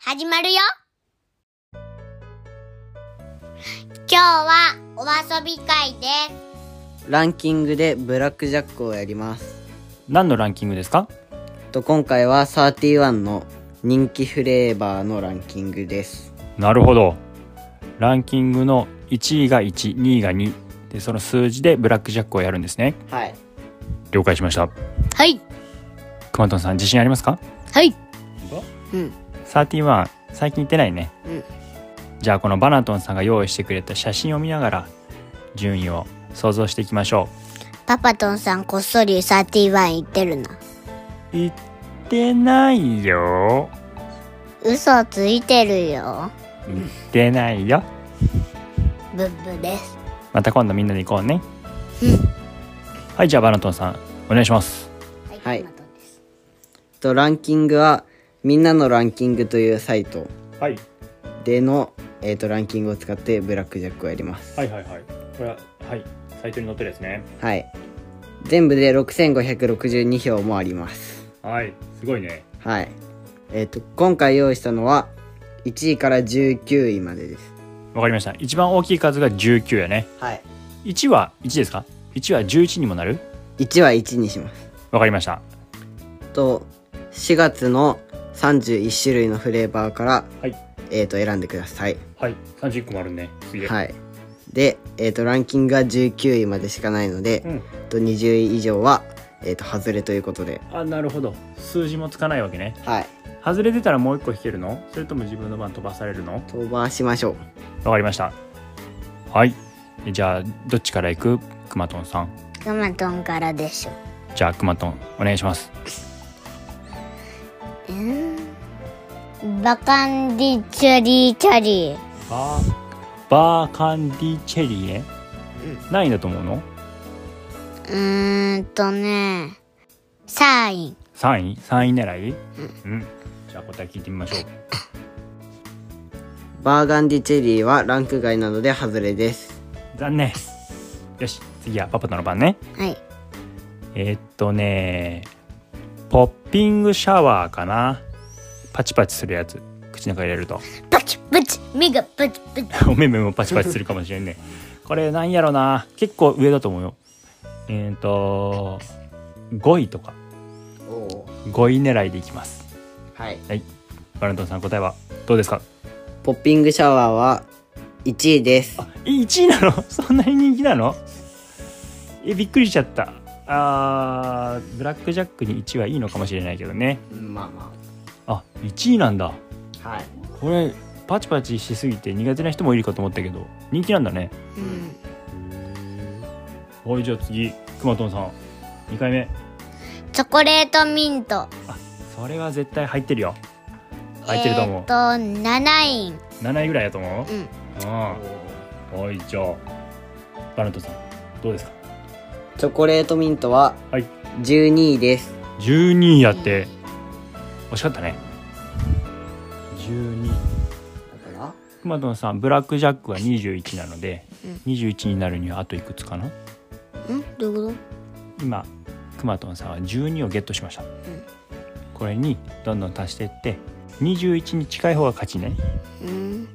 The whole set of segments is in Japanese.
始まるよ今日はお遊び会でランキングでブラックジャックをやります。何のランキングですかと今回は31の人気フレーバーのランキングです。なるほどランキングの1位が12位が2でその数字でブラックジャックをやるんですねはい。了解しましたすはいくまとんさん自信ありますかはいうん。 31最近行ってないね、うんじゃあこのバナトンさんが用意してくれた写真を見ながら順位を想像していきましょパパトンさんこっそり31言ってるなう行ってないよ嘘ついてるよ行ってないよブッブですまた今度みんなで行こうねはいじゃあバナトンさんお願いしますはいパパトンですとランキングはみんなのランキングというサイトはいでの、えー、とランキングを使ってブラックジャックをやります。はいはいはいこれははいサイトに載ってるですねはい。全部で6562票もあります。はいすごいねはい。えっ、と、今回用意したのは1位から19位までです。わかりました一番大きい数が19やねはい。 1は1ですか1は11にもなる1は1にします。わかりましたと4月の31種類のフレーバーから、はいえー、と選んでください、はい31個もあるねすげはい、で、えー、とランキングは19位までしかないので、うんと20位以上は、えー、と外れということで、あなるほど数字もつかないわけねはい、外れてたらもう1個引けるのそれとも自分の番飛ばされるの飛ばしましょうわかりましたはいじゃあどっちから行くくまとんさんクマトンからでしょじゃあくまとんお願いしますうーんバカンディチャリーチャリーバーバーカンディチェリーね何位だと思うのうーんとねサイン3位3位狙いうんじゃあ答え聞いてみましょうバーガンディチェリーはランク外なので外れです残念よし次はパパとの番ねはいえーっとねポッピングシャワーかなパチパチするやつ口の中入れると パチパチ目がパチパチお目目もパチパチするかもしれんね これなんやろな結構上だと思うよえーっと5位とか5位狙いでいきますはいバレントンさん答えはどうですかポッピングシャワーは1位ですあ1位なの そんなに人気なのえびっくりしちゃったあーブラックジャックに1位はいいのかもしれないけどねまあまあ1位なんだあはいこれパチパチしすぎて苦手な人もいるかと思ったけど人気なんだねうんはいじゃあ次くまとんさん2回目チョコレートミントそれは絶対入ってるよ入ってると思うえっと7位7位ぐらいやと思ううんうんはいじゃあバナトさんどうですかチョコレートミントははい12位です12位やって惜しかったね12だからくまとんさんブラックジャックは21なので、うん21になるにはあといくつかなんどういうこ今くまとんさんは12をゲットしました、これにどんどん足していって21に近い方が勝ちねとうん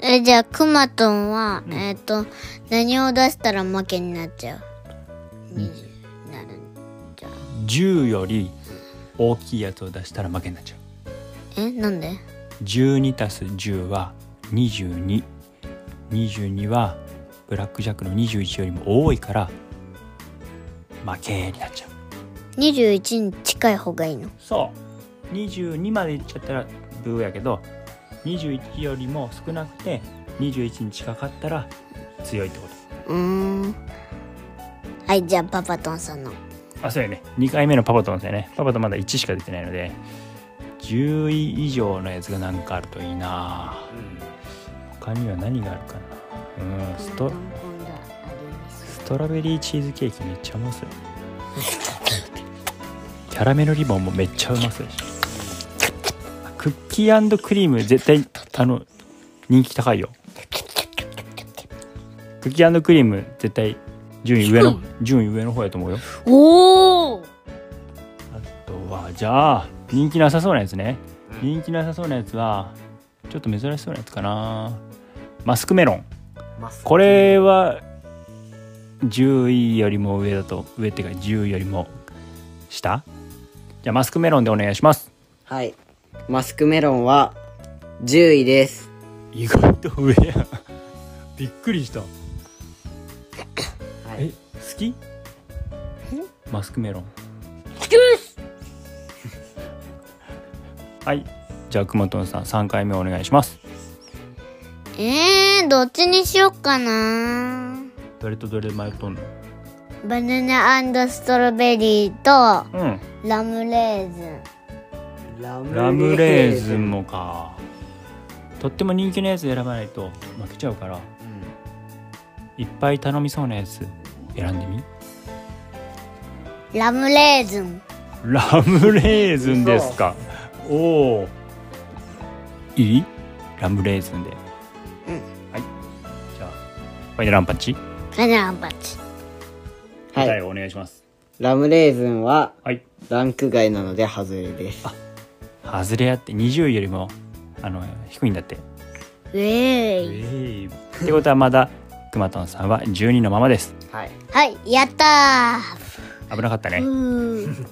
えじゃあくまとんは、うんえっと何を出したら負けになっちゃう20なるじゃあ10より大きいやつを出したら負けになっちゃえなんでう12足す10は2222はブラックジャックの21よりも多いから負けになっちゃう21に近い方がいいのそう22までいっちゃったらブーやけど21よりも少なくて21に近かったら強いってことうーんはいじゃあパパトンさんのあそうやね2回目のパパとのせいねパパとまだ1しか出てないので10位以上のやつが何かあるといいな他には何があるかなうんストストロベリーチーズケーキめっちゃうまそうやキャラメルリボンもめっちゃうまそうやしあクッキークリーム絶対あの人気高いよクッキークリーム絶対順位上の順位上の方やと思うよおおあとはじゃあ人気なさそうなやつね人気なさそうなやつはちょっと珍しそうなやつかなマスクメロンマスクこれは10位よりも上だと上っていうか10位よりも下じゃあマスクメロンでお願いしますはいマスクメロンは10位です意外と上や びっくりした、はえ好きマスクメロン好きですはいじゃあくまとんさん3回目お願いしますえー、どっちにしよっかなどれとどれ迷っとんのバナナストロベリーとうんラムレーズンラムラムレーズンもかとっても人気のやつ選ばないと負けちゃうからうんいっぱい頼みそうなやつ選んでみラムレーズンラムレーズンですかおおいいラムレーズンでうんはいじゃあファイナルランパッチ、バナナパッチは答えいをお願いしますラムレーズンははいランク外なので外れです外れやって20位よりもあの低いんだってウェーイえってことはまだくまとんさんは12のままですはいはいやった危なかったー ねうー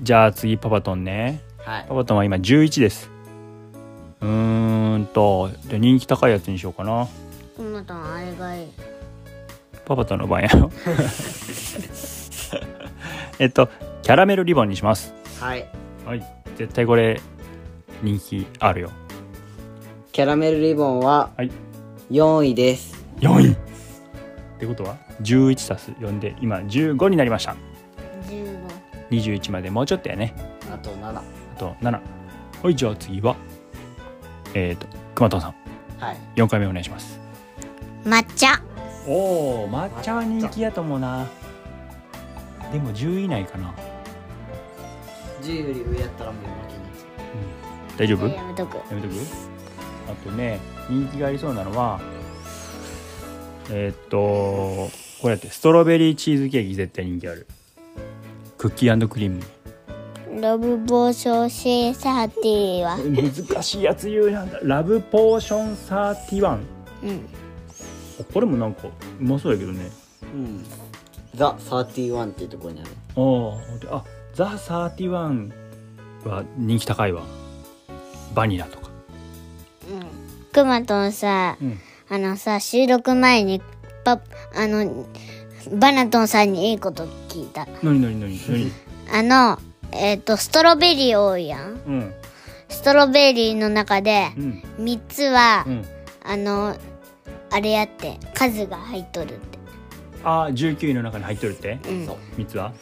じゃあ次パパトンねはいパパトンは今11ですうーんとじゃあ人気高いやつにしようかなこんなとんあれがいいパパとの番や ろえっとキャラメルリボンにしますはいはい絶対これ人気あるよキャラメルリボンははい4位です4位ってことは11足す4で今15になりました15 21までもうちょっとやねあと7あと7はいじゃあ次はえっ、と熊藤さんはい4回目お願いします抹茶おお抹茶は人気やと思うなでも10位以内かな10より上やったらもう負けになっち大丈夫やめとくやめとくあとね人気がありそうなのはえーっとこれやってストロベリーチーズケーキ絶対人気あるクッキークリームラブボーショーシーサーティーは難しいやつ言うやんラブポーション31うんこれもなんかうまそうやけどねゃううんザ31っていうところにあるあああザ31は人気高いわバニラとかうんくまとんさうんあのさ収録前にパあのバナトンさんにいいこと聞いた何何何 何あのえっ、とストロベリー多いやんうんストロベリーの中でうん3つは、うんあのあれやって数が入っとるってああ19位の中に入っとるってうんそう三つは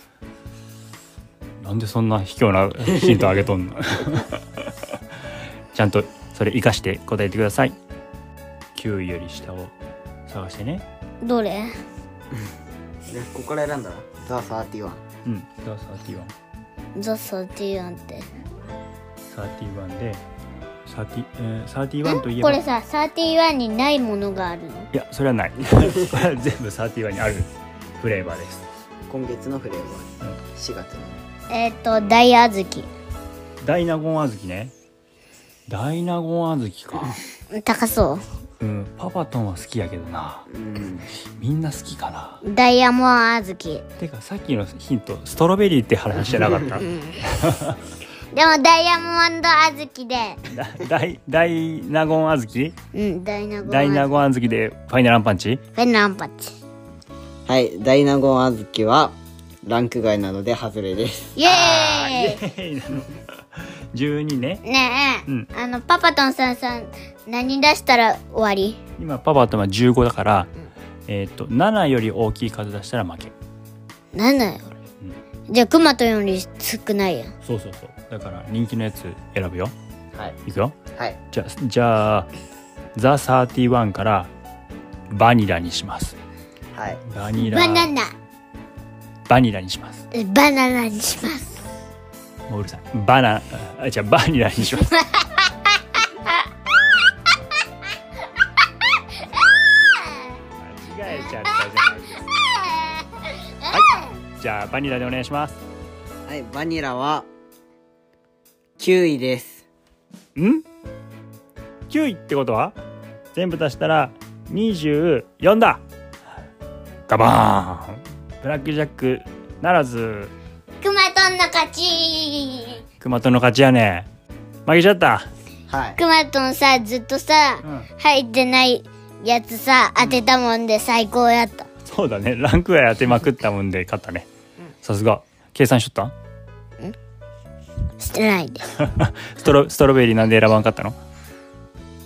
なんでそんな卑怯なヒントあげとんの ちゃんとそれ生かして答えてください9位より下を探してねどれでここから選んだらザ31うんじゃあ31ザ・サーティワンって31で30、えー、31といえばこれさサーティワンにないものがあるのいやそれはない これは全部31にあるフレーバーです今月のフレーバーうん4月のえっ、とダイヤ小豆ダイナゴン小豆ねダイナゴン小豆か高そうんパパトンは好きやけどなうんみんな好きかなうダイヤモン小豆てかさっきのヒントストロベリーって話してなかったでもダイヤモンド小豆でだ大大納言小豆うんダイナゴン大納ゴ言小豆でファイナルアンパンチフェナンパチはいダイナゴンあずきはランク外なので外れですイエー12ねイねえ、うんあのパパトンさんさん何出したら終わり今パパとは15だから、えっ、と7より大きい数出したら負けなんだよじゃあクマトンより少ないやんそうそうそうだから人気のやつ選ぶよはいいくよはいじゃじゃあザ・サーティワンからバニラにしますはいバニラバナナバニラにしますえバナナにしますもううるさいバナあじゃあバニラにします 間違えちゃったじゃないですかはいじゃあバニラでお願いしますはいバニラは9位ですん9位ってことは全部足したら24だガバーンブラックジャックならずクマトンの勝ち熊との勝ちやね負けちゃった、はいクマトンさずっとさうん、入ってないやつさ当てたもんで最高やったそうだねランク外当てまくったもんで勝ったねさすが計算しとったしてないですストロストロベリーなんで選ばんかったの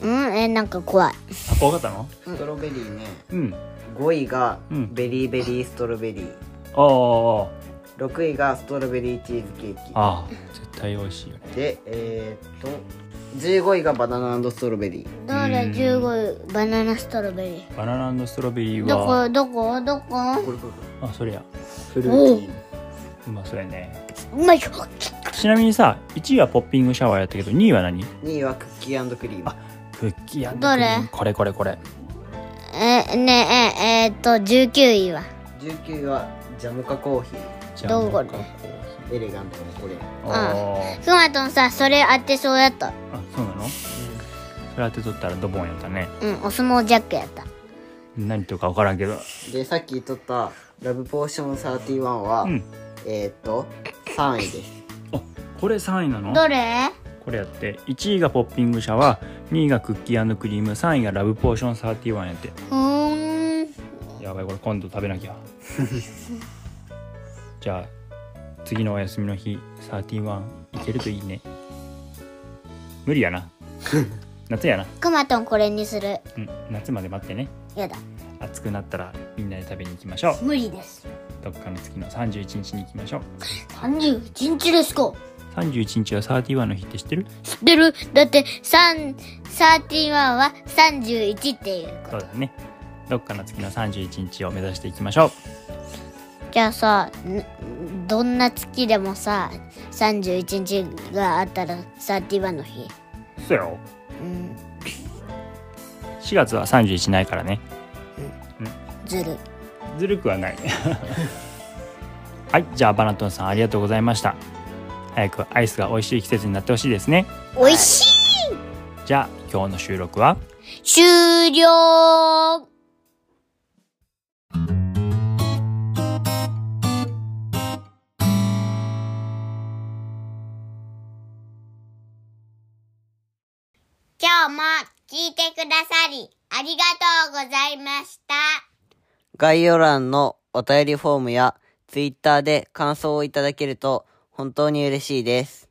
うんえなんか怖いあ怖かったのストロベリーねうん5位がうんベリーベリーストロベリーあー6位がストロベリーチーズケーキあーあー絶対美味しいよねでえー、っと15位がバナナストロベリーどれ15位バナナストロベリバナナストロベリーーどはこどこどここれこれこあそりゃれフルーティーうまそうやねうまいよちなみにさ1位はポッピングシャワーやったけど2位は何2位はクッキークリームクッキーやどれこれこれこれえねええーっと19位は19位はジャムカコーヒーじゃあどこれなんかエレガントのこれこうあークマトンさそれ当てそうやったあそうなのそれ当てとったらドボンやったねうんお相撲ジャックやった何とか分からんけどでさっき取ったラブポーション31は、うんえー、っと3位ですあこれ3位なのどれこれやって1位がポッピングシャワー2位がクッキークリーム3位がラブポーション31やってうーんやばいこれ今度食べ なきゃじゃあ次のお休みの日31いけるといいね無理 やな夏やな、クマトンこれにするうん、夏まで待ってねやだ暑くなったらみんなで食べに行きましょう無理ですどっかの月の31日に行きましょう31日ですか31日は31の日って知ってる知ってるだって3 31は31っていうこそうとだねどっかの月の31日を目指していきましょうじゃあさんどんな月でもさ31日があったら31の日そうようん4月は31ないからねずるずるくはない はいじゃあバナトンさんありがとうございました早くアイスが美味しい季節になってほしいですねおいしいじゃあ今日の収録は終了今日も聞いてくださりありがとうございました。概要欄のお便りフォームや Twitter で感想をいただけると本当に嬉しいです。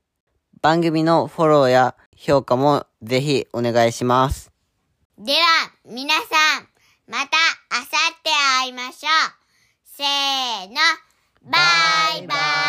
番組のフォローや評価もぜひお願いします。では、皆さん、また明後日会いましょう。せーの、バイバイ。